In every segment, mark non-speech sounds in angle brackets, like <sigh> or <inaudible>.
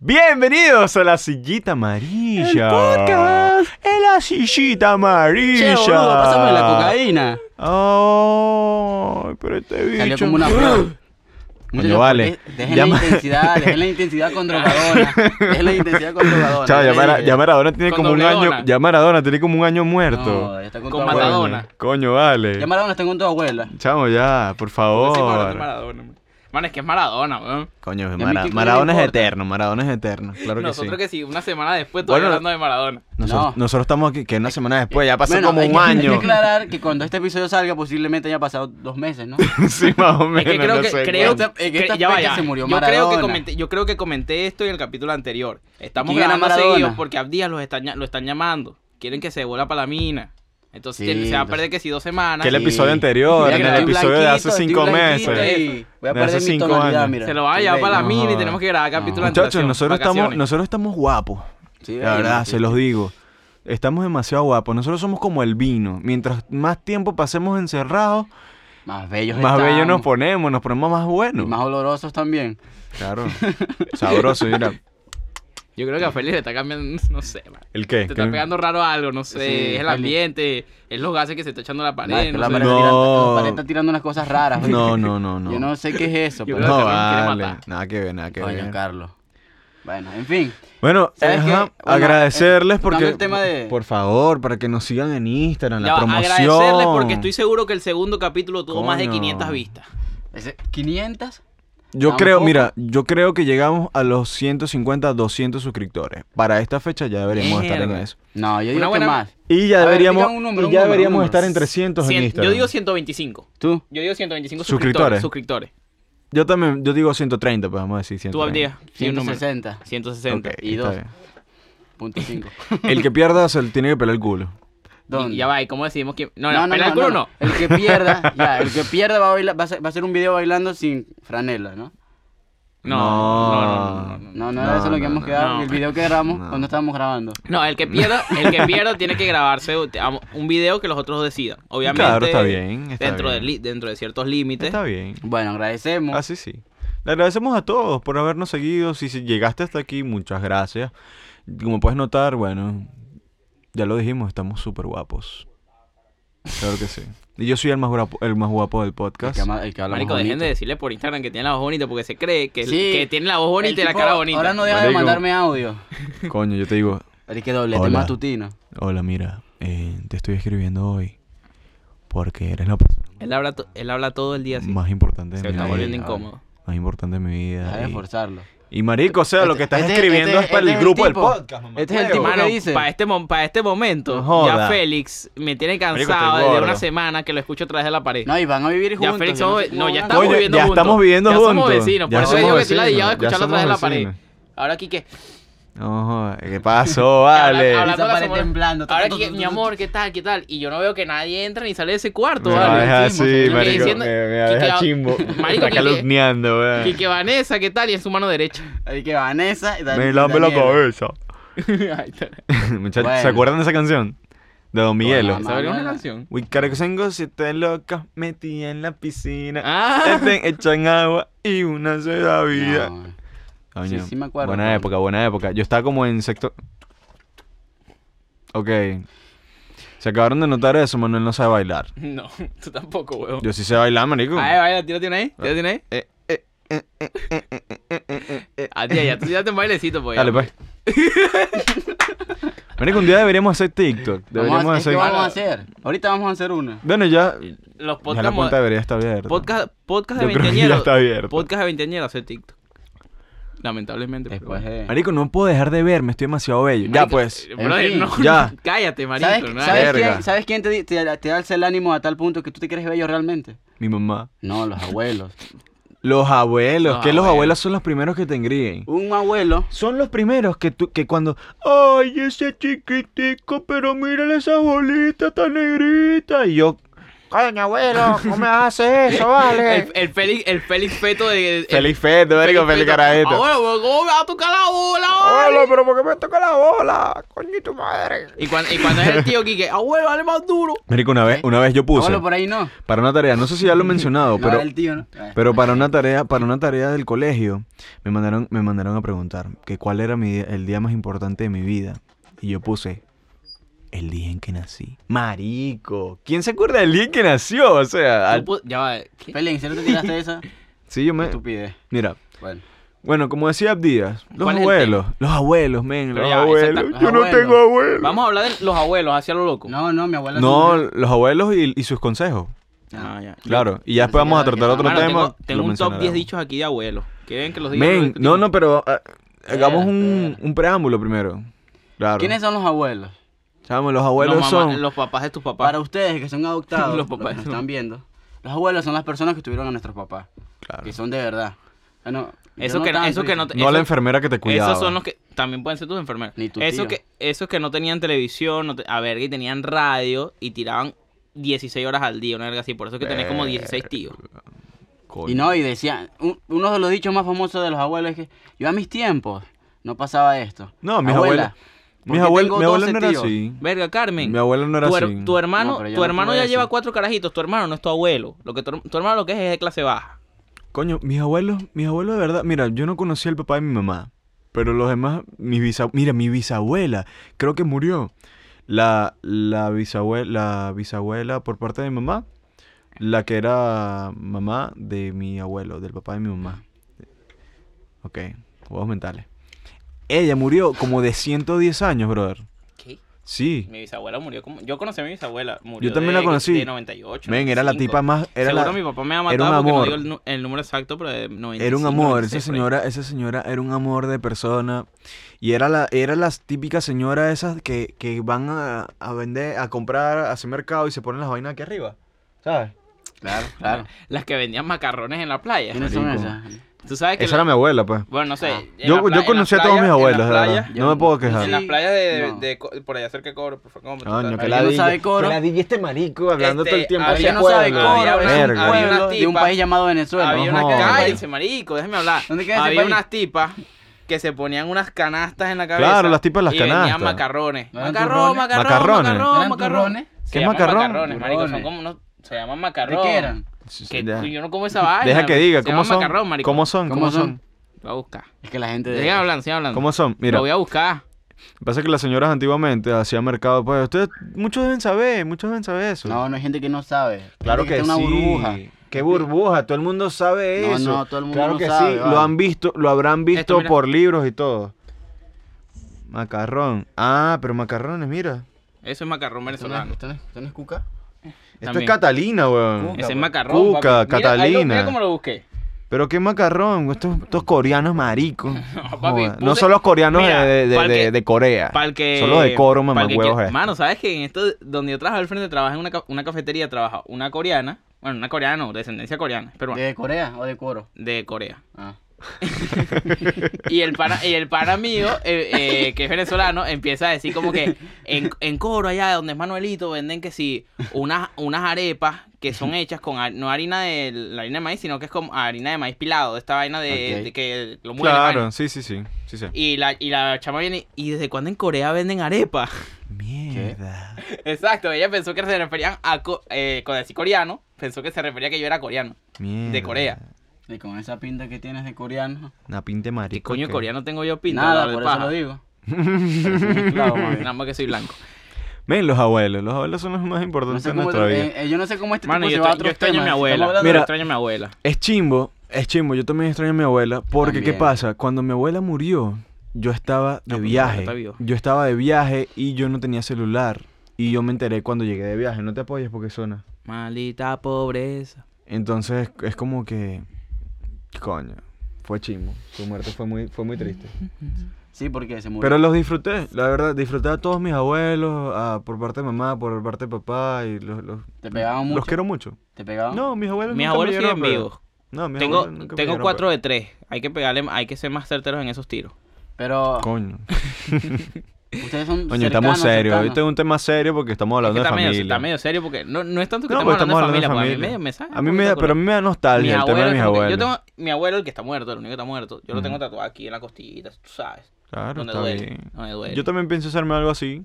Bienvenidos a la sillita amarilla. El podcast. En la sillita amarilla. Che, boludo, pasame la ¿eh? cocaína. Ay, pero este bicho. Salió <laughs> como una flor. Muchachos, vale. de- Dejen Llama- la <laughs> intensidad, dejen la intensidad con drogadona. Dejen la intensidad con drogadona. Chao, ya ya, Mara- le dije. ya Maradona tiene Con como un doble año. dona. Ya Maradona tiene como un año muerto. No, eh, ya está con, Con tu Coño, abuela. Matadona. Coño, vale. Ya Maradona está con tu abuela. Chamo, ya, por No sé, Maradona, favor. Maradona, man. Mano, es que es Maradona, weón. Coño, mí Mara- qué coño Maradona me es importa. eterno, Maradona es eterno. Claro que sí. Nosotros que sí, una semana después todavía Bueno, hablando de Maradona. Nosotros, No. nosotros estamos aquí, que una semana después, ya pasó Bueno, como hay un que- Hay que año. aclarar que cuando este episodio salga posiblemente haya pasado dos meses, ¿no? <laughs> sí, más o menos. Es que creo no que, sé creo cuándo. que, En esta fecha ya vaya. se murió yo, creo que Maradona. comenté, yo creo que comenté esto en el capítulo anterior. Estamos ¿Quién era grabando Maradona? seguidos porque Abdías los están, ña- lo están llamando. Quieren que se vuela para la mina. Entonces Sí, tiene- se va a entonces- perder que si dos semanas. Que el Sí. episodio anterior, en Mira que el estoy episodio de hace blanquito, cinco estoy blanquito meses. y Voy a De hace perder mi cinco tonalidad, años. mira. Se lo va a Soy llevar para la bello. mí. mina y No. tenemos que grabar capítulo No. anterior. Muchachos, nosotros estamos, nosotros estamos guapos. Sí, La verdad, bello, se los digo. Estamos demasiado guapos. Nosotros somos como el vino. Mientras más tiempo pasemos encerrados, Más bellos más bello nos estamos. ponemos, nos ponemos más Y buenos. más olorosos también. <laughs> Claro. Sabroso, mira. Yo creo que a Félix le está cambiando, <laughs> no sé, man. ¿El qué? Te ¿Qué? está pegando raro algo, no sé. Sí, es el Félix. ambiente, es los gases que se está echando la pared. Nah, es que no la sé. pared No. está tirando- la pared está tirando unas cosas raras. ¿viste? <laughs> No, no, no, no. Yo no sé qué es eso. <laughs> Yo Pero... creo No, que también quiere vale. matar. Nada que ver, nada que Coño, ver. Carlos. Bueno, en fin. Bueno, ¿Sabes ajá, qué? Bueno, agradecerles eh, porque. tocando el tema de- Por favor, para que nos sigan en Instagram, Ya la va, promoción. Agradecerles porque estoy seguro que el segundo capítulo tuvo más de Coño. 500 vistas. Ese- 500. Yo Tampoco. creo, mira, yo creo que llegamos a los 150, 200 suscriptores. Para esta fecha ya deberíamos estar en Mierda. eso. No, yo Una digo buena- que más. Y ya A ver, deberíamos, digan un número, y un ya número, deberíamos un estar en número. 300 en Cien- Instagram. yo digo 125. ¿Tú. Yo digo 125 Suscriptores. suscriptores. Suscriptores. Yo también, yo digo 130, pues vamos a decir 130. Tú al día. di un número. 160.5 160. Ok, Y está dos. bien. <laughs> El que pierda se le tiene que pelar el culo. ¿Dónde? Y ya va, ¿y cómo decidimos que No, no, pela el culo no. El que <laughs> pierda, ya, el que pierda va a, bailar, va, a hacer, va a hacer un video bailando sin franela, ¿no? No, No. no, no, no, no, no. No, no, No, eso es lo que no, hemos no, quedado. no. El video que grabamos No. cuando estábamos grabando. No, el que pierda, el que pierda tiene que grabarse un video que los otros decidan. Obviamente. Claro, está bien, está dentro, bien. De, li- dentro de ciertos límites. Está bien. Bueno, agradecemos. Ah, Así Ah, sí. Le agradecemos a todos por habernos seguido. Si, si llegaste hasta aquí, muchas gracias. Como puedes notar, bueno, ya lo dijimos, estamos súper guapos. Claro que sí. Y yo soy el más guapo, el más guapo del El podcast. que, ama- el que habla más Marico, dejen bonito. de decirle por Instagram que tiene la voz bonita porque se cree que, Sí. que tiene la voz bonita y El la tipo cara bonita. Ahora no deja de Marico. mandarme audio. <laughs> Coño, yo te digo, El que doblete Hola. matutino. hola, mira, eh, te estoy escribiendo hoy porque eres la persona Él habla, to- él habla todo el día así. más importante de Se mi está vida. volviendo incómodo. Más importante de mi vida. Deja de y- forzarlo. Y, marico, o sea, lo Este- que estás este- escribiendo este- es para este el grupo del tipo. podcast. mamá. Este es el Huevo. tipo que Mano, dice. para este, mom- pa' este momento, No joda. ya Félix me tiene Marico, cansado estoy desde gordo. una semana que lo escucho a través de la pared. No, y van a vivir ya juntos. Félix, yo no somos- sé cómo no, ya van a- estamos Coño, viviendo ya juntos. estamos viviendo ya juntos. somos vecinos, Ya por eso digo somos que estoy ladillado de vecinos, ya escucharlo a través de la somos pared. vecinos. Ahora aquí que... No, joder, ¿qué pasó? Vale. Habla- Esa habla- pared habla- temblando. Ahora aquí que, mi amor, ¿qué tal? ¿Qué tal? Y yo no veo que nadie entra ni sale de ese cuarto, me va a ¿vale? dejar Decimos, así, señor. marico. Diciendo- me, me va a Quique dejar va- chimbo. <laughs> Marico, Me está Quique. calumniando, weón. Y que Vanessa, ¿qué tal? Y en su mano derecha. <laughs> El que Vanessa. y Dan- Me lambe la Daniela. cabeza. <laughs> Ahí está. Muchachos, ¿se Bueno. acuerdan de esa canción? De Don Miguelo. Mamá, ¿Sabes alguna mamá. canción? We cargosengo, siete locas, metí en la piscina. Ah, Estén hechas en agua y una se da vida. No. Coño, sí me acuerdo, Buena coño. época, buena época. Yo estaba como en sector. Ok. Se acabaron de notar eso, Manuel no sabe bailar. <laughs> no, tú tampoco, weón. Yo sí sé bailar, marico. Ahí, ahí, ¿la tiene ahí? ¿Tira ¿La tiene ahí? Eh, eh, eh, eh, eh, eh, eh, eh, eh. Ah, tía, ya, tú ya te bailecito, pues. ya. Dale, pues. Marico, un día deberíamos hacer TikTok. Vamos Deberíamos a, es que hacer. vamos a hacer? Ahorita vamos a hacer una. Bueno, ya. Los Ya la cuenta podcasts... mo- debería estar abierta. Podcast, podcast de Yo creo que ya veinteañeros. está abierto. Podcast de veinteañeros hacer TikTok. Lamentablemente. pero Después bueno. de... Este, Marico, no puedo dejar de verme, estoy demasiado bello. Ya, Marico, pues. <laughs> eh, brother, En fin. no, Ya. Cállate, marico. ¿Sabes, no, sabes Verga. quién, sabes quién te, di- te, te alza el ánimo a tal punto que tú te crees bello realmente? Mi mamá. <laughs> No, los abuelos. Los abuelos. Los que los abuelos. abuelos son los primeros que te engríen. Un abuelo. Uh, Son los primeros que, tú, que cuando... Ay, ese chiquitico, pero mira esa bolita tan negrita. Y yo... Coño, abuelo, no me haces eso, vale. <laughs> El, el Félix, el Félix Feto de. el- Feliz Feto, marico, feliz Feto. carajito. Abuelo, pero ¿cómo me va a tocar la bola? vale? Abuelo, pero ¿por qué me toca la bola? Coño, tu madre. Y cuando, y cuando es el tío Quique, abuelo, dale más duro. Marico, una vez, una vez yo puse Abuelo, por ahí no. para una tarea, no sé si ya lo he mencionado, No, <laughs> pero era el tío, ¿no? Eh. Pero para una tarea, para una tarea del colegio, me mandaron, me mandaron a preguntar que cuál era mi, el día más importante de mi vida. Y yo puse el día en que nací. Marico. ¿Quién se acuerda del día en que nació? O sea, al- Tú pu- Ya va. ¿qué? Félix, ¿en serio te tiraste esa? sí, yo <laughs> me. Estupidez. Mira. Bueno. Bueno, como decía Abdías, los ¿Cuál es el abuelos. Los abuelos, men, Pero los ya va, abuelos. exacta- Yo no abuelos. tengo abuelos. Vamos a hablar de los abuelos, hacia lo loco. No, no, mi abuela No, siempre- los abuelos y, y sus consejos. Ah, ya. Claro. Y ya pensé después que vamos a era- tratar que- otro Mano, tema. tengo, tengo lo un top 10 mencionaremos. dichos aquí de abuelos. ¿Quieren que Eh, los diga? Men, Lo- no, no, pero ah, hagamos un, espera. un preámbulo primero. Claro. ¿Quiénes son los abuelos? Chamo, los los abuelos mamás- son. Los papás de tus papás. Para ustedes que son adoptados, <laughs> los Los papás. que nos están viendo, los abuelos son las personas que tuvieron a nuestros papás, Claro. que son de verdad. Bueno, yo Eso que no- tanto, eso que no te- No eso- la enfermera que te cuidaba. Esos son los que también pueden ser tus enfermeros. Ni tu tío. esos, que, esos que no tenían televisión, no te- a ver, que tenían radio y tiraban 16 horas al día, una verga así. Por eso es que tenés como 16 tíos. Coño. Y no, y decían, un- uno de los dichos más famosos de los abuelos es que yo a mis tiempos no pasaba esto. No, mis Abuela, abuelas. Mis ¿por qué abuelas tengo mi abuela 12 no era tíos? así. Verga, Carmen. Mi abuelo no era tu, her- así. tu hermano, No, pero ya tu no hermano tuve ya eso. lleva cuatro carajitos. Tu hermano no es tu abuelo. Lo que tu, tu hermano lo que es es de clase baja. Coño, mis abuelos, mis abuelos de verdad. Mira, yo no conocí al papá de mi mamá. Pero los demás, mi bisa, mira, mi bisabuela, creo que murió. La, la, bisabuela, la bisabuela por parte de mi mamá, la que era mamá de mi abuelo, del papá de mi mamá. Ok, juegos mentales. Ella murió como de 110 años, brother. ¿Qué? Sí. Mi bisabuela murió como... Yo conocí a mi bisabuela. Murió Yo también de- la conocí. De 98. Men, era la 95. tipa más. Era Seguro la- mi papá me ha era matado un porque no amor. digo el, nu- el número exacto, pero de 95, Era un amor, 96, esa por ahí. señora, esa señora era un amor de persona. Y era la, era las típicas señoras esas que, que van a, a vender, a comprar, a hacer mercado y se ponen las vainas aquí arriba. ¿Sabes? Claro, <laughs> claro. Las que vendían macarrones en la playa. ¿Quiénes son Marico. esas? Tú sabes que... Esa la- era mi abuela, pues. Bueno, no sé. Ah. en Yo- la yo playa- en conocí la a todos mis playa- en la abuelos, de playa- verdad. No me puedo quejar. En las playas de, No. de co- por allá cerca de Cobro, pues, por favor, Coño, que la- no sabe coro. este marico Este, había- se Ella no acuerda. sabe cómo Había es una- un Verga. había una pueblo de un tipa- país llamado Venezuela. Había una No, que- bueno. Cállense, marico, déjeme hablar. ¿Dónde queda ese Había país? unas tipas que se ponían unas canastas en la cabeza. Claro, las tipas las y vendían canastas. macarrones. ¿No eran Macarrón, turrones? macarrón, Macarrones. ¿No macarrón, eran macarrón. turrones? Se ¿Qué llaman macarrón? Macarrones, marico, son Turrones. como unos... Se llaman ¿De macarrón. qué eran? Que Ya. tú- yo no como esa vaina. Deja que diga, Se ¿cómo llaman son? macarrón, marico. ¿Cómo son? ¿Cómo ¿Cómo son? son? Lo voy a buscar. Es que la gente de... Sigan hablando, sigan hablando. ¿Cómo son? Mira, Lo voy a buscar. pasa que las señoras antiguamente hacían mercado, pues ustedes, muchos deben saber, muchos deben saber eso. No, no hay gente que no sabe. Gente Claro que, está en sí. una burbuja. Qué burbuja, todo el mundo sabe No, eso. no, todo el mundo claro no que sabe, sí, vale. lo han visto, lo habrán Esto, visto mira. por libros y todo. Macarrón. Ah, pero macarrones, mira. Eso es macarrón ¿Esto no venezolano. es- esto no es- esto no es cuca? Esto También. es Catalina, weón. Ese es Cuca, macarrón. Cuca, papi. Mira, ahí lo- Catalina. Mira cómo lo busqué. Pero qué macarrón, estos, estos coreanos maricos. <laughs> No, No, papi, joda. no puse- son los coreanos de- Mira, de, de- pa'l que- de- de Corea. Para el que. Son los Ah, de coro, este. mamá pa'l que huevos. quiera- Mano, ¿sabes que en esto donde yo trabajo al frente trabaja en una, ca- una cafetería, trabaja una coreana. Bueno, una coreana, no, descendencia coreana, pero bueno, ¿De Corea o de Coro? de, Corea. Ah. Y el pana, y el pana mío, eh, eh, que es venezolano, empieza a decir como que en, en coro allá donde es Manuelito venden que si unas, unas arepas que son hechas con har- no harina de la harina de maíz, sino que es como harina de maíz pilado, esta vaina de, Ok. de que lo muelen. vaina. claro, sí, sí, sí. sí, sí. Y la, y la chama viene, ¿y desde cuándo en Corea venden arepas? Mierda. <laughs> Exacto, ella pensó que se referían a co- eh, cuando decía coreano, pensó que se refería a que yo era coreano. Mierda. De Corea. Y con esa pinta que tienes de coreano. Una pinta de marico. ¿Qué coño que- coreano tengo yo pinta? Nada, hablar de por eso lo paja? <laughs> <laughs> digo. Pero soy un esclavo, mami. Nada más que soy blanco. Ven, los abuelos. Los abuelos son los más No importantes sé en cómo- nuestra vida. eh, eh, yo no sé cómo este Mano, tipo se yo, va a extra- otros yo extraño temas. a mi Estamos abuela. hablando Mira. yo extraño a mi abuela. Es chimbo, es chimbo. Yo también extraño a mi abuela. Porque, ¿qué También. pasa? Cuando mi abuela murió, yo estaba de pero pues, mi abuela viaje. está viva. Yo estaba de viaje y yo no tenía celular. Y yo me enteré cuando llegué de viaje. No te apoyes porque suena. Maldita pobreza. Entonces, es como que. Coño. Fue chimbo. Su muerte fue muy, fue muy triste. Sí, porque se murió. Pero los disfruté, la verdad. Disfruté a todos mis abuelos, a- por parte de mamá, por parte de papá. Y los, los, ¿Te pegaban mucho? los quiero mucho. ¿Te pegaban? No, mis abuelos Mis nunca me abuelos dieron siguen a pegar. vivos. No, mis Tengo, abuelos nunca me tengo dieron a cuatro pegar. <laughs> de tres. Hay que pegarle, hay que ser más certeros en esos tiros. Pero, Coño. Ustedes son Coño, estamos serios. cercanos, Ahorita este es un tema serio porque estamos Es que hablando está, de medio, familia. está medio serio porque no, no es tanto que No, estamos, porque hablando de familia, hablando de pues, a mí me, familia. me saca A un mí me poquito da, de pero a mí me da Mi nostalgia el tema abuelo, de mis es como que- abuelos. Yo tengo mi abuelo, el que está muerto, el único que está muerto. Yo lo tengo Ujú. tatuado aquí en la costillita, tú sabes. Claro, donde está duele. bien. Donde duele. Yo también pienso hacerme algo así.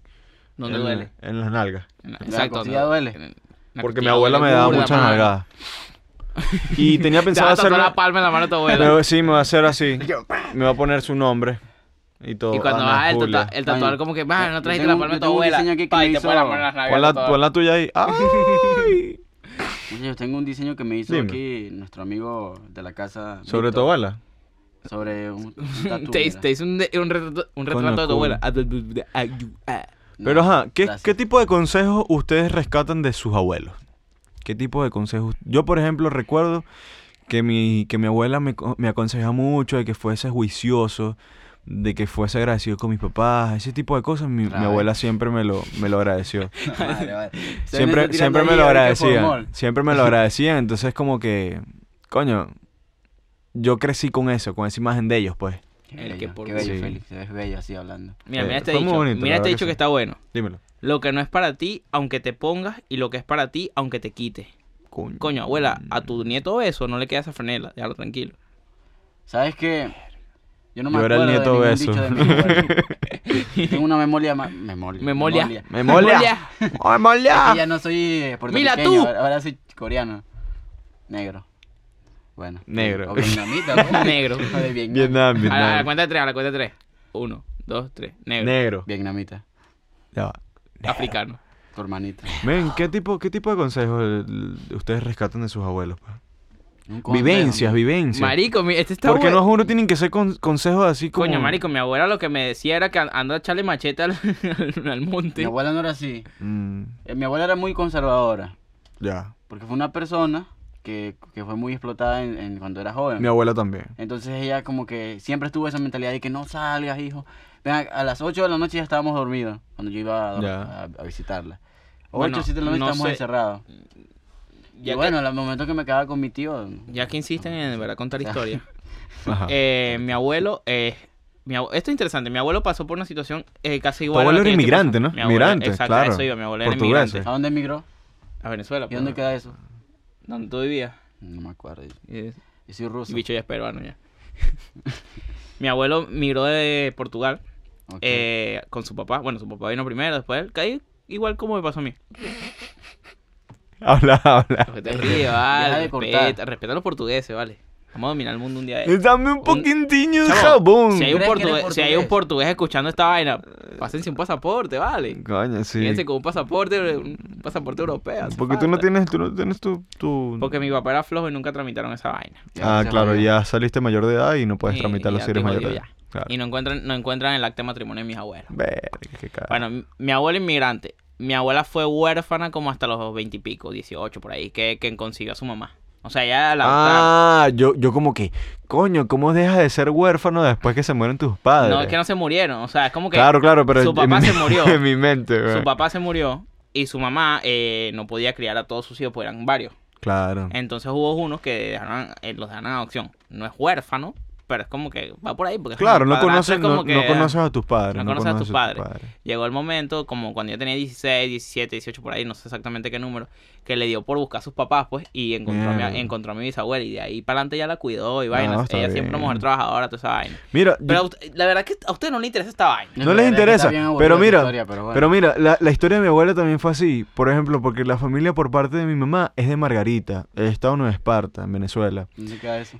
Donde en, duele. En las nalgas. En- La Exacto. donde costilla duele. En- en la porque mi costilla abuela me duele daba burda, muchas mano. nalgadas. <laughs> Y tenía Te pensado vas a hacerme... tatuar la palma en la mano de tu abuelo. Pero sí, me va a hacer <laughs> así. Me va a poner su nombre. Y todo. Y cuando Ana vas el, Julia. tatuador el tatuador Ay, como que, man, yo no tengo trajiste la un- palma yo de tu tengo un abuela. diseño aquí que Pa, me y te hizo- ponen las Ah, nalgas Pon la, tatuadas. pon la tuya <laughs> ahí. ¡Ay! Muchachos, tengo un diseño que me hizo Dime. aquí nuestro amigo de la casa. Sobre tu Víctor, abuela. Sobre un, <laughs> un tatu, Te, mira. te hice un, de- un retrato, un Coño, retrato de tu cool. abuela. Ah, bl- bl- bl- ah, you- ah. No, Pero ajá, ¿qué, gracias. <laughs> ¿qué tipo de consejos ustedes rescatan de sus abuelos? ¿Qué tipo de consejos? Yo, por ejemplo, recuerdo que mi, que mi abuela me, co- me aconseja mucho de que fuese juicioso, de que fuese agradecido con mis papás, ese tipo de cosas. Mi, mi Claro. abuela siempre me lo, me lo <laughs> agradeció. <laughs> Madre, madre. Se siempre viene siempre tirando me lo ahí a ver qué agradecían. formol. <laughs> Siempre me lo agradecían. Entonces, como que, coño, yo crecí con eso, con esa imagen de ellos, pues. Qué El bello, que por- qué bello, Sí. Félix. Se ves bello así hablando. Mira, Eh, mira este fue muy dicho. bonito, la mira este verdad que dicho que sí. está bueno. Dímelo. Lo que no es para ti, aunque te pongas, y lo que es para ti, aunque te quite. Coño. Coño, abuela, a Mm. tu nieto eso no le queda esa franela, déjalo tranquilo. ¿Sabes qué? Yo no me Yo era el acuerdo de nieto ningún beso. dicho de mi <laughs> abuelo. Tengo una memoria ma- memoria. Memoria. ¡Memoria! <laughs> Es que ¡Memoria! ya no soy eh, Ah. Mira puertorriqueño, tú. ahora, ahora soy coreano. Negro. Bueno. Negro. O vietnamita, ¿no? <laughs> <laughs> Negro. Hijo de Vietnam. Vietnam, A la, a la Vietnam. cuenta de tres, a la cuenta de tres. Uno, dos, tres. Negro. Negro. Vietnamita. Ya va. <laughs> Africano. Tu hermanita. Men, ¿qué tipo, qué tipo de consejos el- el- ustedes rescatan de sus abuelos? pa? Un consejo. Vivencias, vivencias. Marico, mi- este está Porque bueno. no es uno, tienen que ser con- consejos así como... Coño, marico, mi abuela lo que me decía era que an- anda a echarle machete al, <laughs> al- al Mi monte. abuela no era así. Mm, Eh, mi abuela era muy conservadora. ya. Porque fue una persona que, que fue muy explotada en, en cuando era joven. Mi abuela también. Entonces ella como que siempre estuvo esa mentalidad de que no salgas, hijo. Ven, a, a las 8 de la noche ya estábamos dormidos cuando yo iba a, dor- Ya. a- a visitarla. 8 Bueno, 7 de la noche no estábamos sé. encerrados. Ya y que- bueno, el momento que me quedaba con mi tío... Ya que insisten en ¿verdad? contar historias. <laughs> Ajá. Eh, mi abuelo, eh, mi abue- esto es interesante, mi abuelo pasó por una situación eh, casi igual. a la abuelo era que yo estoy inmigrante, pasando. ¿no? Mi abuelo- Migrante, exacto, claro. eso iba, mi abuelo era Portugués, inmigrante. ¿A dónde emigró? A Venezuela. ¿Y dónde pero- queda eso? ¿Dónde tú vivías? No me acuerdo. Yo Y es- yo soy ruso. el bicho ya es peruano ya. <laughs> mi abuelo migró de Portugal Ok. eh, con su papá. Bueno, su papá vino primero, después él. Caí igual como me pasó a mí. Habla, habla. Lo que <laughs> <laughs> te ríes, vale, Deja de cortar. respeta, respeta a los portugueses, vale. Vamos a dominar el mundo un día de estos. Dame un poquitinho de Chamo, jabón. Si hay, ¿Crees que un eres portugués, si hay portugués? un portugués escuchando esta vaina, pásense un pasaporte, vale. Coño, sí. Fíjense con un pasaporte, un pasaporte europeo. hace Porque tú no falta. tienes, tú no tienes tu... tu- Porque mi papá era flojo y nunca tramitaron esa vaina. Ya, Ah, se claro, jodió. ya saliste mayor de edad y no puedes Y- tramitarlo y ya si eres te mayor de jodió edad. ya. Claro. Y no encuentran, no encuentran el acta de matrimonio de mis abuelos. Verga, qué cara. Bueno, mi- mi abuela inmigrante. Mi abuela fue huérfana como hasta los 20 y pico, 18 por ahí, que, que consiguió a su mamá. O sea, ya la Ah, yo, yo como que, coño, ¿cómo dejas de ser huérfano después que se mueren tus padres? No, es que no se murieron. O sea, es como que Claro, claro, pero su en- papá en mi- <laughs> se murió. en mi mente, güey. su papá se murió y su mamá eh, no podía criar a todos sus hijos, porque eran varios. Claro. Entonces hubo unos que dejaron- eh, los dejaron a adopción. No es huérfano, pero es como que va por ahí. Porque es Claro, como no padrastro, conoces, es no, como no que, ah, conoces a tus padres. no conoces a tus padres. Llegó el momento, como cuando yo tenía 16, 17, 18 por ahí, no sé exactamente qué número, que le dio por buscar a sus papás, pues, y encontró, a Mierda. mi, encontró a mi bisabuela. Y de ahí para adelante ya la cuidó y No, vainas. está Ella siempre bien. mujer trabajadora, toda esa vaina. Mira, yo- Pero a usted- la verdad es que a usted no le interesa esta vaina. no les La verdad es que interesa. está bien aburrida pero tu mira, historia, pero bueno. pero mira, la, la historia de mi abuela también fue así. Por ejemplo, porque la familia por parte de mi mamá es de Margarita, el estado Nueva Esparta, en Venezuela. ¿Dónde queda eso?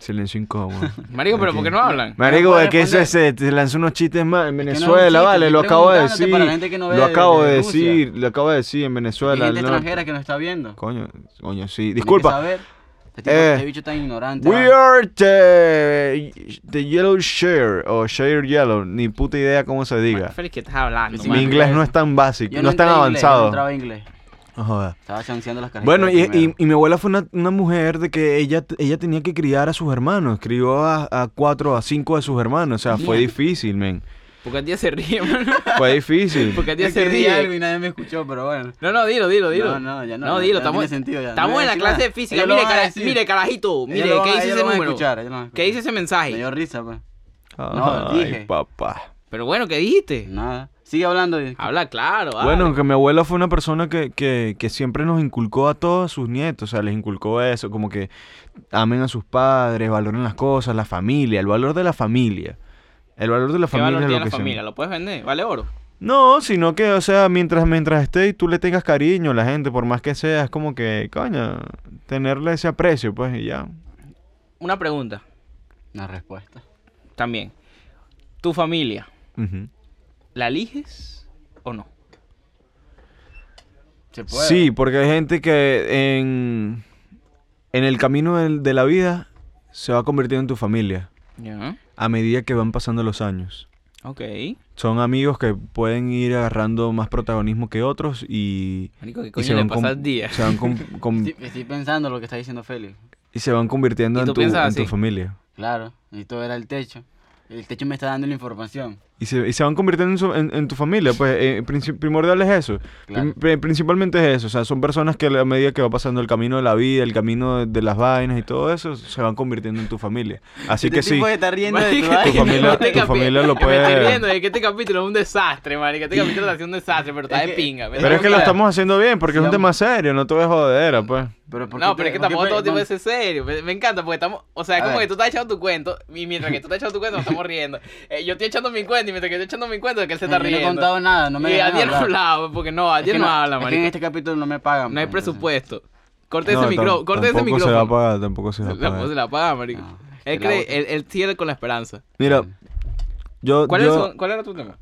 Silencio incómodo. Marico, pero ¿por qué no hablan? <laughs> Marico, No es que eso puedes es, eh, te lanzó unos chistes más en no es un Venezuela, chiste, vale, estoy lo acabo de preguntándote decir. para la gente que no ve lo de- acabo de, de Rusia. decir, lo acabo de decir en Hay Venezuela. gente no- extranjera que nos está viendo. Coño, coño, sí. Tiene que Disculpa. saber. Este, tipo- Eh, este bicho tan ignorante. We ¿no? are the, the yellow share o share yellow, ni puta idea cómo se diga. Félix, ¿qué estás hablando? Sí, Mi mano? marico, inglés eso. no es tan básico, Yo no es tan entré a inglés, yo no avanzado. entraba a inglés. No joda. Estaba chanceando las carreras. Bueno, y, y- y mi abuela fue una, una mujer de que ella, ella tenía que criar a sus hermanos. Crió a, a cuatro, a cinco de sus hermanos. O sea, fue difícil, men. ¿Por qué el día se ríe, mano? <laughs> Fue <laughs> difícil. ¿Por qué el día Yo se quería algo ríe? y nadie me escuchó, pero bueno. No, no, dilo, dilo, No, dilo. no, ya no, No, ya- dilo, ya estamos, tiene sentido ya. estamos No voy a en la decir clase nada. de física. Ellos lo Mire, van a cara- decir. mire, carajito, Ellos Oh, mire, lo van ¿qué a- dice ellos ese lo van a número? escuchar, ellos lo van a ¿Qué escuchar. dice ese Me mensaje? dio risa, pues. No, Ay, dije. papá. Pero bueno, ¿qué dijiste? Nada. Sigue hablando. y- Habla claro. vale. Bueno, que mi abuela fue una persona que, que, que siempre nos inculcó a todos sus nietos, o sea, les inculcó eso, como que amen a sus padres, valoren las cosas, la familia, el valor de la familia. El valor de la ¿Qué familia valor es lo tiene la que se- familia? ¿Lo puedes vender? ¿Vale oro? No, sino que, o sea, mientras, mientras esté y tú le tengas cariño a la gente, por más que sea, es como que, coño, tenerle ese aprecio, pues, y ya. Una pregunta Una respuesta. también. ¿Tu familia Ujú. la eliges o no? Se puede. Sí, porque hay gente que en, en el camino del- de la vida se va convirtiendo en tu familia Ya. a medida que van pasando los años. Ok. Son amigos que pueden ir agarrando más protagonismo que otros y, Marico, ¿qué y coño le van pasa com- al día? se van <laughs> com- com- Estoy, estoy pensando lo que está diciendo Félix. y se van convirtiendo ¿Y en tú tu, piensas en tu así? familia. Claro. Y todo era el techo. El techo me está dando la información. Y se, y se van convirtiendo en, su- en- en tu familia, pues eh, princi- primordial es eso. Claro. Prim- pri- principalmente es eso, o sea, son personas que a medida que va pasando el camino de la vida, el camino de, de las vainas y todo eso, se van convirtiendo en tu familia. <laughs> Así Este que sí. tipo que está riendo de Marico, tu Tu vaina. familia- este tu capi- familia lo Me estoy puede- riendo de que este capítulo es un desastre, marica. <laughs> Este capítulo está haciendo un desastre, pero está Es de que- pinga. me Pero es que lo Mira, estamos haciendo bien, porque es un sigamos. tema serio, no te ves jodera, pues. <laughs> Pero ¿por qué No, te- pero es que por qué tampoco todo pe- tipo de ser serio. Me, me encanta porque estamos. O sea, es A como ver. que tú estás echando tu cuento y mientras que tú estás echando tu cuento nos estamos riendo. Eh, yo estoy echando mi cuento y mientras que estoy echando mi cuento es que él se está No, yo No he riendo. contado nada, no me y dejan Adiel no hablar. hablaba, porque no, Es que Adiel no, habla, es que en marico. este capítulo no me pagan. No hay pues, entonces- presupuesto. Corte ese No, micrófono. tam- Corte ese tampoco se va a micrófono. pagar, tampoco se va a La voz pagar. se la paga, marico. No, es él, que la cree- bota. él, él cierra con la esperanza. Mira, yo... ¿Cuál, yo- era su- cuál era tu tema?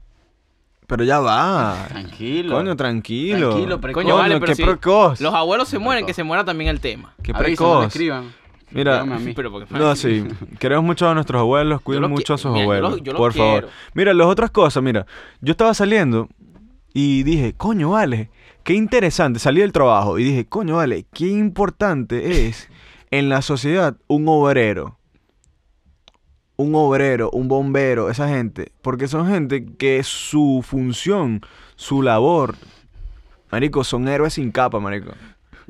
Pero ya va. Tranquilo. Coño, tranquilo. Tranquilo, precoz. Coño, Coño, vale, pero qué si precoz. Los abuelos se mueren, precoz. que se muera también el tema. Qué Aviso, no me precoz. escriban. Mira, Dígame a mí. Pero porque. No, sí. Queremos mucho a nuestros abuelos, cuiden los mucho a qui- sus mira, yo los- abuelos. yo los por favor. quiero. Mira, las otras cosas, mira. Yo estaba saliendo y dije, coño, vale, qué interesante. Salí del trabajo y dije, coño, vale, qué importante es en la sociedad un obrero. Un obrero, un bombero, esa gente. Porque son gente que su función, su labor, marico, son héroes sin capa, marico.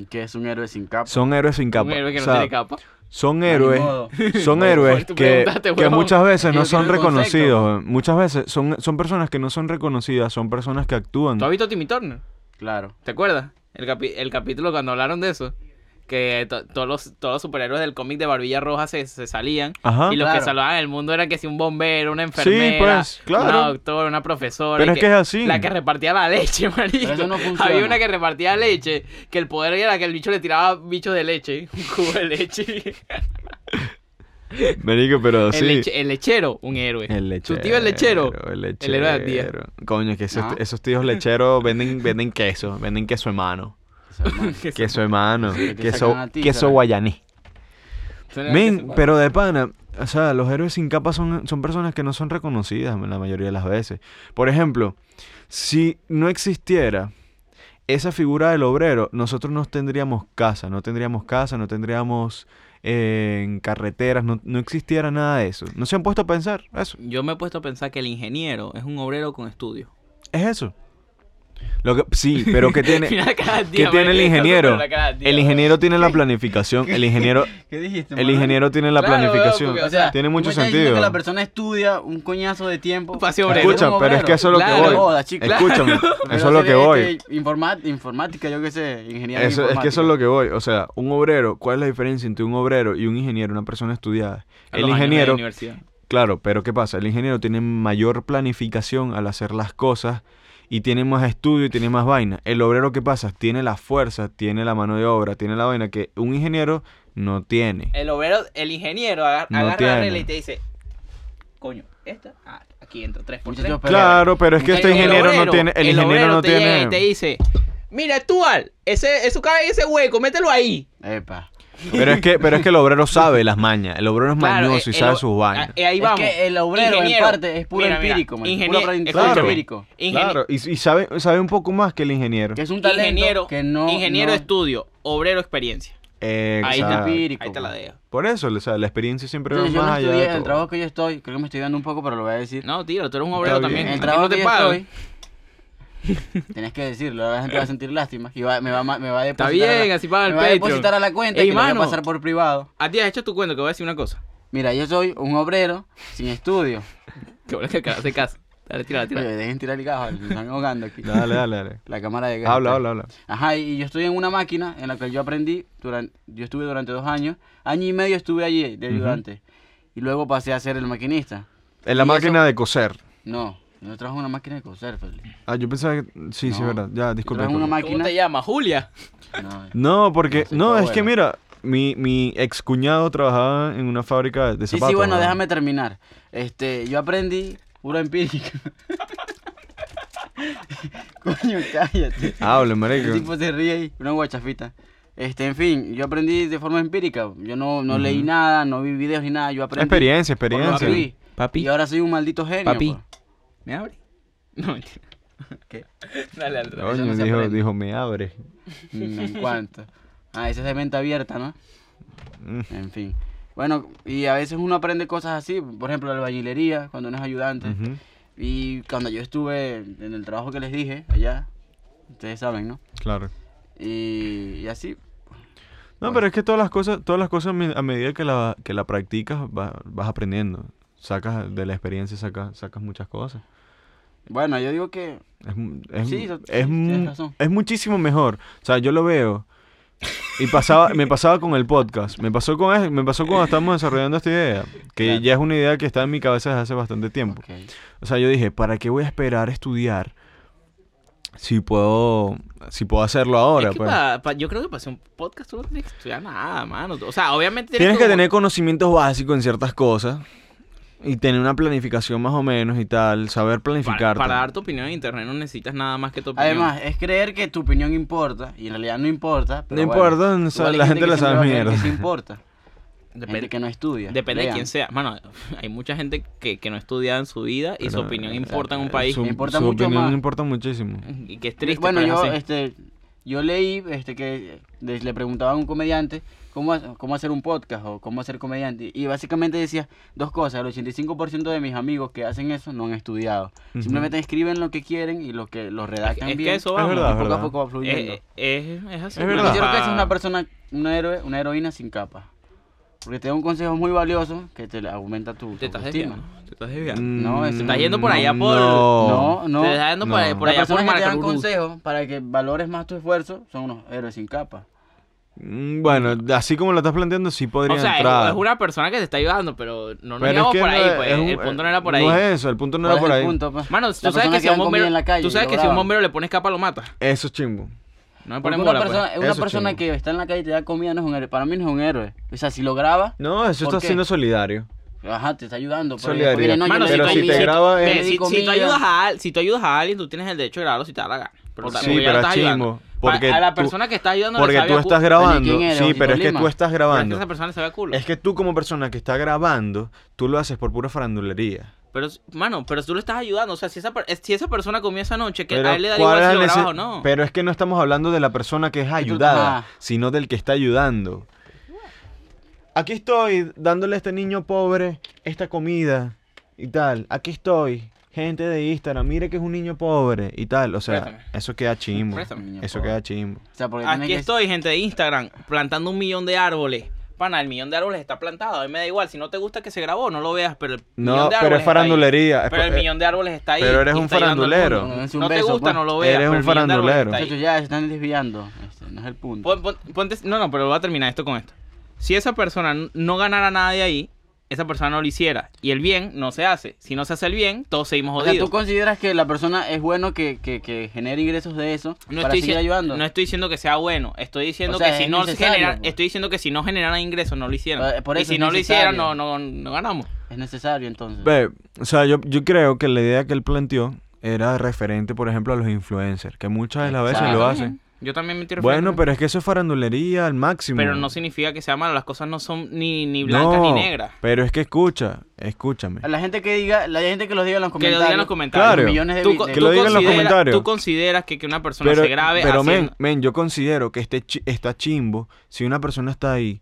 Que es un héroe sin capa. Son héroes sin capa. Un héroe que O no sea, tiene capa. son ni héroes, modo. <laughs> son <laughs> Por héroes favor, tú que, preguntaste, que huevón. muchas veces Es no que yo son quiero el concepto. reconocidos. Muchas veces son, son personas que no son reconocidas, son personas que actúan. ¿Tú has visto Timmy Turner? Claro. ¿Te acuerdas? El, capi- el capítulo cuando hablaron de eso. Que to- todos, los, todos los superhéroes del cómic de Barbilla Roja se, se salían. Ajá. y los Claro. que salvaban el mundo eran que si un bombero, una enfermera, pues, claro. una doctora, una profesora. Pero y es que es así. La que repartía la leche, <laughs> marico. Pero eso no funciona. Había una que repartía leche, que el poder era que el bicho le tiraba bichos de leche. <laughs> Un cubo de leche. <laughs> Marico, pero Pues sí. El, leche- el lechero, un héroe. El lechero. Tu tío el lechero. El El héroe del día. lechero. Coño, que esos, Ah. No. esos tíos lecheros venden, venden queso, venden queso en <laughs> mano. Eso es mal. Queso en mano, Que te queso, sacan a ti, queso ¿sabes? guayaní. Eso era que se- Men, pero de pana, o sea, los héroes sin capa son, son personas que no son reconocidas la mayoría de las veces. Por ejemplo, si no existiera esa figura del obrero, nosotros no tendríamos casa, no tendríamos casa, no tendríamos eh, en carreteras, no, no existiera nada de eso. ¿No se han puesto a pensar eso? Yo me he puesto a pensar que el ingeniero es un obrero con estudios. Es eso. Lo que, sí, pero ¿qué <laughs> tiene, <laughs> Mira la cara del ¿qué tío, tiene el marico, ingeniero? la cara del tío, El ingeniero tiene <laughs> la planificación, el ingeniero, ¿Qué dijiste, el Manuel? ingeniero tiene la Claro, weón, planificación. porque, O sea, Tiene tú mucho me estás diciendo sentido. que la persona estudia un coñazo de tiempo. Para ser obrero. Escucha, Ser un pero es obrero. que eso es lo que Claro. voy. Joda, chico. <laughs> Escúchame, Pero eso es lo ser, que voy. este, informa- informática, yo qué sé, ingeniería Eso- es que eso es lo que voy. O sea, un obrero, ¿cuál es la diferencia entre un obrero y un ingeniero, una persona estudiada? A El los años de ingeniero, universidad. claro, pero ¿qué pasa? El ingeniero tiene mayor planificación al hacer las cosas y tiene más estudio y tiene más vaina. El obrero, ¿qué pasa? Tiene la fuerza, tiene la mano de obra, tiene la vaina que un ingeniero no tiene. El obrero, el ingeniero agar- No agarra tiene. la regla y te dice, coño, esta, ah, aquí entra 3 por 3. Muchachos, pero- Claro, pero es que El- este el ingeniero no tiene, el ingeniero no te llega y te tiene. dice, mira, tú, Al, ese, eso cabe en ese hueco, mételo ahí. Epa. Pero es que, pero es que el obrero sabe las mañas. El obrero es Claro, mañoso eh, y el sabe o- sus vainas. ah, eh, ahí Es vamos. que el obrero, en Ingeniero. parte, es puro Mira, mira, empírico, man, ingenie- puro aprendizaje Claro. empírico. ingenie- Claro, y, y sabe, sabe un poco más que el ingeniero. Que es un talento ingeniero, que no... ingeniero no- estudio, obrero experiencia. Ahí está. Exacto. empírico, Ahí te la man. dejo. Por eso, o sea, la experiencia siempre va Entonces, yo no más allá de estudié el todo. trabajo que yo estoy, creo que me estoy dando un poco, pero lo voy a decir. No, tío, tú eres un obrero Está bien. también. ¿A El ti trabajo no te que yo pagan. estoy, tenés que decirlo, la gente va a sentir lástima y va- me, va, ma- me va a Está depositar. a bien, la- así paga el me va a Patreon. depositar a la cuenta Ey, y que lo voy a mano. pasar por privado. A ti has hecho tu cuento que voy a decir una cosa. Mira, yo soy un obrero sin estudio. Que bueno que el carajo se casa. Dale, tira, Oye, Eh, tira. dejen tirar el gajo, me están ahogando aquí. Dale, dale, <laughs> dale. La cámara de gas. Habla, habla, habla. Ajá, y yo estoy en una máquina en la que yo aprendí, duran- yo estuve durante dos años, año y medio estuve allí de Ujú. ayudante. Y luego pasé a ser el maquinista. En la ¿Y eso? máquina de coser. No, no trabajo en una máquina de coser, Felipe. Yo Ah, yo pensaba que... Sí, sí, No. verdad. Ya, disculpa. trabajo en disculpa. una máquina. ¿Cómo te llamas? Julia. <laughs> No, No, porque... No, sí, No, está es que bueno. mira, mi, mi ex cuñado trabajaba en una fábrica de Sí, zapatos. sí, bueno, ¿no? déjame terminar. Este, yo aprendí puro empírico. <laughs> Coño, cállate. Hable, <laughs> El marico. tipo se ríe ahí, una guachafita. Este, en fin, yo aprendí de forma empírica. Yo no, no leí nada, no vi videos ni nada. Yo aprendí. Experiencia, por lo que experiencia. vi. Y ahora soy un maldito genio. Papi. pues. ¿Me abre? <laughs> No, mentira. ¿Qué? Dale, dale. dale. Coño, no se dijo, aprende. dijo, me abre. Mm, En <laughs> cuanto. Ah, esa es de mente abierta, ¿no? Mm. En fin. Bueno, y a veces uno aprende cosas así. Por ejemplo, la albañilería, cuando uno es ayudante. Ujú. Y cuando yo estuve en el trabajo que les dije, allá, ustedes saben, ¿no? Claro. Y, y así. No, pero es que todas las cosas, todas las cosas me- a medida que la, que la practicas va- vas aprendiendo. Sacas de la experiencia, sacas, sacas muchas cosas. Bueno, yo digo que. Es, mu- es, Sí, so- es, sí, tienes mu- razón. es muchísimo mejor. O sea, yo lo veo. Y pasaba, me pasaba con el podcast. Me pasó con es- me pasó cuando estábamos desarrollando esta idea. Que Claro. ya es una idea que está en mi cabeza desde hace bastante tiempo. Ok. O sea, yo dije, ¿para qué voy a esperar a estudiar si puedo, si puedo hacerlo ahora? es que pues? pa- pa- yo creo que para hacer un podcast tú no tienes que estudiar nada, mano. O sea, obviamente Tienes que como- tener conocimientos básicos en ciertas cosas y tener una planificación más o menos y tal, saber para, planificarte. para dar tu opinión en internet no necesitas nada más que tu opinión. Además, es creer que tu opinión importa. Y en realidad no importa. pero No bueno, importa, o sea, igual hay la gente que la siempre sabe va a creer mierda. Que sí importa. depende, gente que no estudia. depende de Lean. quién sea. Mano, <laughs> hay mucha gente que, que no estudia en su vida y su Pero, opinión eh, importa en un eh, país. Su, Me importa su mucho opinión más. importa muchísimo. Y que es triste. bueno, pero es yo, así. este, yo leí este, que de- le preguntaban a un comediante cómo, ha- cómo hacer un podcast o cómo hacer comediante. Y básicamente decía dos cosas. El 85% de mis amigos que hacen eso no han estudiado. Ujú. Simplemente escriben lo que quieren y lo que lo redactan es que bien. eso Es vamos, verdad, y es poco a verdad. poco va fluyendo. Eh, Ah. eh, es, es así. Es mano, Yo verdad. quiero que pa- seas una persona, un héroe, una heroína sin capa. Porque te da un consejo muy valioso que te aumenta tu, tu Te estás autoestima. desviando. Te estás desviando. No, Mm, eso- Estás yendo por allá por- No. No, no. Te estás yendo por, no. ahí- por Las allá por personas que te dan Maracurú. consejos para que valores más tu esfuerzo son unos héroes sin capa. Mm, Bueno, así como lo estás planteando, sí podría O sea, entrar. es, es una persona que te está ayudando, pero no nos Pero es llevamos que por no ahí, es- pues. es un- eh, el punto no era por ahí. No es eso, el punto no era ¿Cuál por es el ahí. punto, pues? Mano, La tú sabes persona que si a un dan comida bombero, en la calle tú y sabes lo que si a un graban. bombero le pones capa lo mata. Eso es chimbo. No le Porque ponen una bola, pues. persona, una Eso, persona chimbo. que está en la calle y te da comida no es un héroe. Para mí no es un héroe. O sea, si lo graba, No, eso ¿Por está qué? siendo solidario. ajá, te está ayudando. pero Solidaridad. después viene, no, yo Mano, le si di pero si comida. te graba eh. es- Yo Ve, si, le di si tú comida. ayudas a, al- si tú ayudas a alguien, tú tienes el derecho de grabarlo si te da la gana. Pero Sí, tampoco ya pero lo estás es chimbo, ayudando. Pa- porque a la tú- persona que está ayudando le Porque sabe tú a culo. estás Pero grabando. quién eres? Sí, ¿Osito pero es que Lima? tú estás Es que grabando. esa persona se ve a culo. Es que tú como persona que está grabando, tú lo haces por pura farandulería. Pero, mano, pero tú lo estás ayudando. O sea, si esa, per- si esa persona comió esa noche, que Pero, a él le da ¿cuál igual si es lo la nece- grabas o no. pero es que no estamos hablando de la persona que es ayudada, Ajá. sino del que está ayudando. Aquí estoy dándole a este niño pobre esta comida y tal. Aquí estoy, gente de Instagram, mire que es un niño pobre y tal. O sea, Préstame. eso queda chimbo. Préstame, niño Eso pobre. queda chimbo. O sea, porque tiene Aquí que- estoy, gente de Instagram, plantando un millón de árboles. Pana, el millón de árboles está plantado. A mí me da igual. Si no te gusta que se grabó, no lo veas. Pero el millón No, de pero árboles es está ahí. farandulería. Es Pero el pa- eh, millón de árboles está ahí. pero eres y un está ayudando al farandulero. mundo. No, es un No te beso, gusta, pues. no lo veas. Eres pero un el millón de árboles farandulero. está ahí. Pues, Muchachos, ya se están desviando. Este, no es el punto. Pon- pon- ponte- no, no, pero voy a terminar esto con esto. Si esa persona n- no ganara nada de ahí, esa persona no lo hiciera. Y el bien no se hace. Si no se hace el bien, todos seguimos o sea, jodidos. ¿tú consideras que la persona es bueno que, que, que genere ingresos de eso no, para estoy seguir dici- ayudando? no estoy diciendo que sea bueno. Estoy diciendo O sea, que si es no necesario, generar, pues. estoy diciendo que si no generaran ingresos, no lo hicieran. Eh, por y eso si es no lo hicieran, no, necesario. no, no ganamos. Es necesario entonces. Ve, o sea, yo, yo creo que la idea que él planteó era referente, por ejemplo, a los influencers, que muchas de las veces Exacto. lo hacen. Yo también me tiro Bueno, frente, pero es que eso es farandulería al máximo. pero no significa que sea malo. Las cosas no son ni, ni blancas ni No, negras. Pero es que escucha, escúchame. A la gente que diga, la gente que lo diga en los Que comentarios. lo digan en los comentarios. Claro. Millones de Tú vi- co- de- Que lo tú digan en los considera- comentarios. Tú consideras que, que una persona Pero, se grabe pero haciendo- men, men, yo considero que este chi- está chimbo si una persona está ahí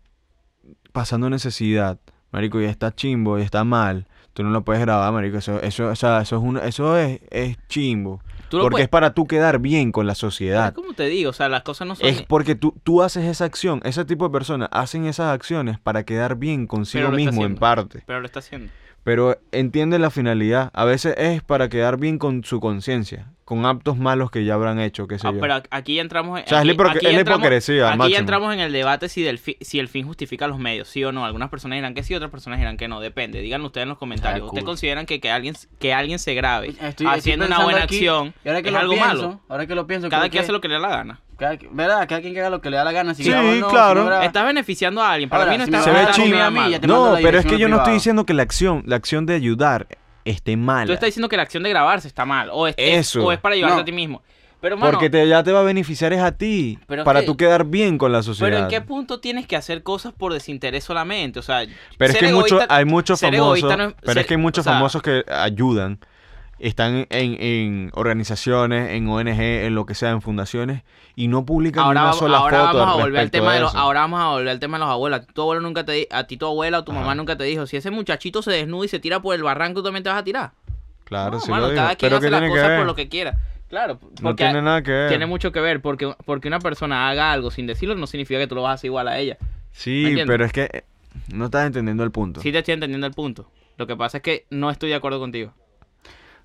pasando necesidad, marico, y está chimbo y está mal, tú no lo puedes grabar, marico, eso eso o sea, eso es una- eso es, es chimbo. Tú lo porque puedes- es para tú quedar bien con la Es sociedad. como te digo, o sea, las cosas no son... Es porque tú, tú haces esa acción, ese tipo de personas hacen esas acciones para quedar bien consigo lo está mismo en haciendo. parte. Pero lo está haciendo. Pero entiende la finalidad. A veces es para quedar bien con su conciencia, con actos malos que ya habrán hecho, qué sé Ah, yo. pero aquí ya entramos en... O sea, es la aquí- hipoc- aquí es la entramos- hipocresía al Aquí máximo. ya entramos en el debate si, del fi- si el fin justifica los medios, sí o no. Algunas personas dirán que sí, otras personas dirán que no. Depende, díganlo ustedes en los comentarios. Ah, ¿Ustedes cool. consideran que, que, alguien, que alguien se grabe Estoy- estoy haciendo una pensando buena aquí, acción y ahora que es lo algo pienso, malo? Ahora que lo pienso, Cada creo quien hace lo que le da la gana. cada quien- ¿Verdad? Cada quien que haga lo que le da la gana. Si Sí, graba o no, si claro. no graba. Estás beneficiando a alguien. Para Ah. Ahora, mí no si está me vas a dar está comida nada a mí, malo. ya te mando No, la pero es dirección que yo al no estoy privado. diciendo que la acción, la acción de ayudar esté Tú mala. estás diciendo que la acción de grabarse está mal. O es, es- Eso. o es para llevarte No. a ti mismo. Pero, mano, Porque te- ya te va a beneficiar es a ti, Pero es para que- tú quedar bien con la sociedad. pero ¿en qué punto tienes que hacer cosas por desinterés solamente? O sea, Pero es ser que hay mucho- egoísta- hay muchos ser famosos. egoísta no es- pero ser- es que hay muchos o sea, famosos que ayudan. Están en, en organizaciones, en ONG, en lo que sea, en fundaciones, y no publican Ahora, una va- sola foto. ahora vamos a al volver al respecto tema de de los, eso. ahora vamos a volver al tema de los abuelos. A ti tu abuelo nunca te di- a ti tu abuela o tu Ajá. mamá nunca te dijo, si ese muchachito se desnuda y se tira por el barranco, tú también te vas a tirar. Claro, No, sí mano, lo digo. cada quien Pero hace que las tiene que cosas por ver. lo que quiera. Claro, porque no tiene nada que ver. tiene mucho que ver, porque, porque una persona haga algo sin decirlo no significa que tú lo vas a hacer igual a ella. ¿me Sí, entiendes? pero es que eh, no estás entendiendo el punto. Sí te estoy entendiendo el punto. Lo que pasa es que no estoy de acuerdo contigo.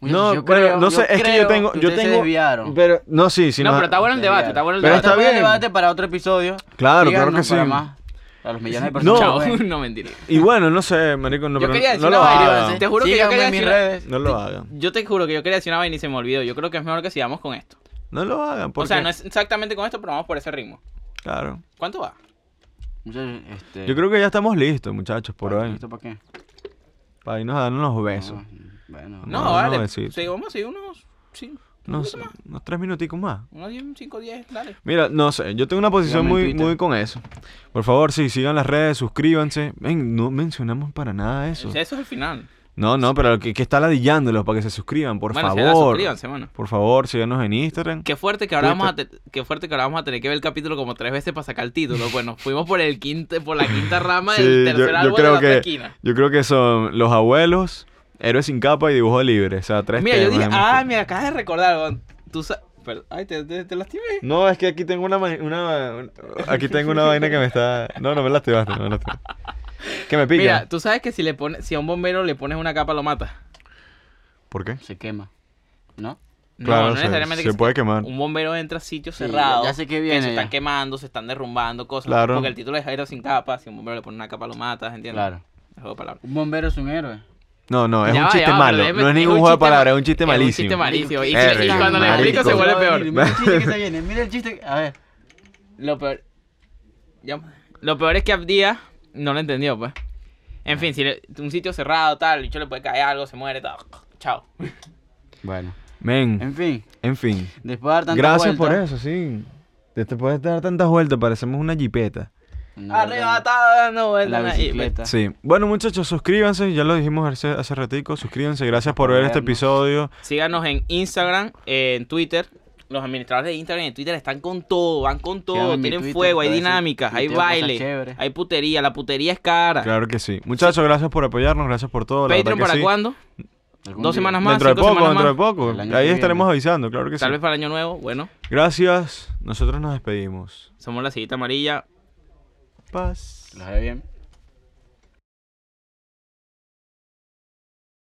Muchachos, no, yo bueno, creo- no sé, es que yo creo tengo, yo ustedes se tengo, desviaron. pero no, sí, sí, no, nos- pero está bueno el Se debate, desviaron. está bueno el Pero Pero debate. está está bien. bien. debate para otro episodio. Claro, claro Díganos que para sí. más. A los millones de No. personas. Chao, que ven. <laughs> no mentira. Y bueno, no sé, marico, no, Yo pero quería no decir lo una vaina, hagan. sí. Te juro que yo Síganme quería en mis decir una- redes. No lo hagan. Yo te juro que yo quería decir una vaina y se me olvidó. Yo creo que es mejor que sigamos con esto. No lo hagan, O porque sea, no es exactamente con esto, pero vamos por ese ritmo. claro. ¿Cuánto va? Muchachos, este, Yo creo que ya estamos listos, muchachos, por ¿para- hoy. ¿Esto para qué? Para irnos a dar unos besos. Ah, Bueno, No, No, vale. no, es decir- Sí, vamos a seguir unos, sí, No sé, unos tres minuticos más. unos 10, 5, 10, dale. Mira, no sé, yo tengo una posición Síganme en muy, Twitter. muy con eso. Por favor, sí, sigan las redes, suscríbanse. Ven, no mencionamos para nada eso. Eso es el final. No, no, pero que, que está ladillándolos para que se suscriban, por Bueno, se da, favor. suscríbanse, mano. Por favor, síganos en Instagram. Qué fuerte que ahora vamos a te- qué fuerte que ahora vamos a tener que ver el capítulo como tres veces para sacar el <laughs> título. Bueno, fuimos por el quinto, por la quinta rama del Sí, yo- tercer yo creo árbol de la otra que- esquina. Yo creo que son los abuelos, héroes sin capa y dibujo libre. O sea, tres Mira, yo temas dije, hemos- ah, me acabas de recordar, weón. Tú sa- pero- Ay, te, te, te lastimé. No, es que aquí tengo una, ma- una- un- aquí tengo una vaina que me está. No, no me lastimaste, no me lastimaste. Que me pica. Mira, tú sabes que si le pones, si a un bombero le pones una capa lo mata. ¿Por qué? se quema. ¿No? Claro, no, no se- necesariamente se que puede quemar. Un bombero entra a sitios Sí, ya- cerrados. ya sé que se viene están ya. quemando, se están derrumbando cosas. Claro. Porque el título es Héroe sin capa. Si a un bombero le pone una capa lo matas, ¿entiendes? Claro. Es juego de palabras. Un bombero es un héroe. No, no, es Ya un va, chiste ya va, malo. pero no déjeme- es un ningún juego de chiste ma- palabras, es un chiste malísimo. Es un chiste malísimo. Y, Erre, y cuando le marico. explico se vuelve peor. Mira el chiste que se viene, mira el chiste. que- A ver. Lo peor. ya- Lo peor es que Abdía no lo entendió, pues. En fin, si le- un sitio cerrado, tal, el bicho le puede caer algo, se muere, tal. Chao. Bueno. Men, Em, En fin, en fin. después de dar tantas Gracias por vueltas- eso, sí. Te, te puedes dar tantas vueltas, parecemos una jipeta. No, Arrebatado dando La vueltas. ahí, bicicleta. Sí. Bueno, muchachos, suscríbanse, ya lo dijimos hace, hace ratico, suscríbanse, gracias por ver este Vernos. episodio. Síganos en Instagram, eh, en Twitter. Los administradores de Instagram y de Twitter están con todo, van con todo, Síganme en mi tienen Twitter, fuego, hay para decir- dinámicas, hay tuiteo cosas baile, chéveres. hay putería, la putería es cara. Claro que sí. Muchachos, gracias por apoyarnos, gracias por todo. la verdad Patreon que para sí. cuándo? Algún Dos día. semanas más, Dentro de cinco poco, semanas dentro de más. poco. El año que Ahí viene. estaremos avisando, claro que sí. Tal vez para el año nuevo, bueno, Gracias, nosotros nos despedimos. somos la sillita amarilla. Paz. Las ve bien.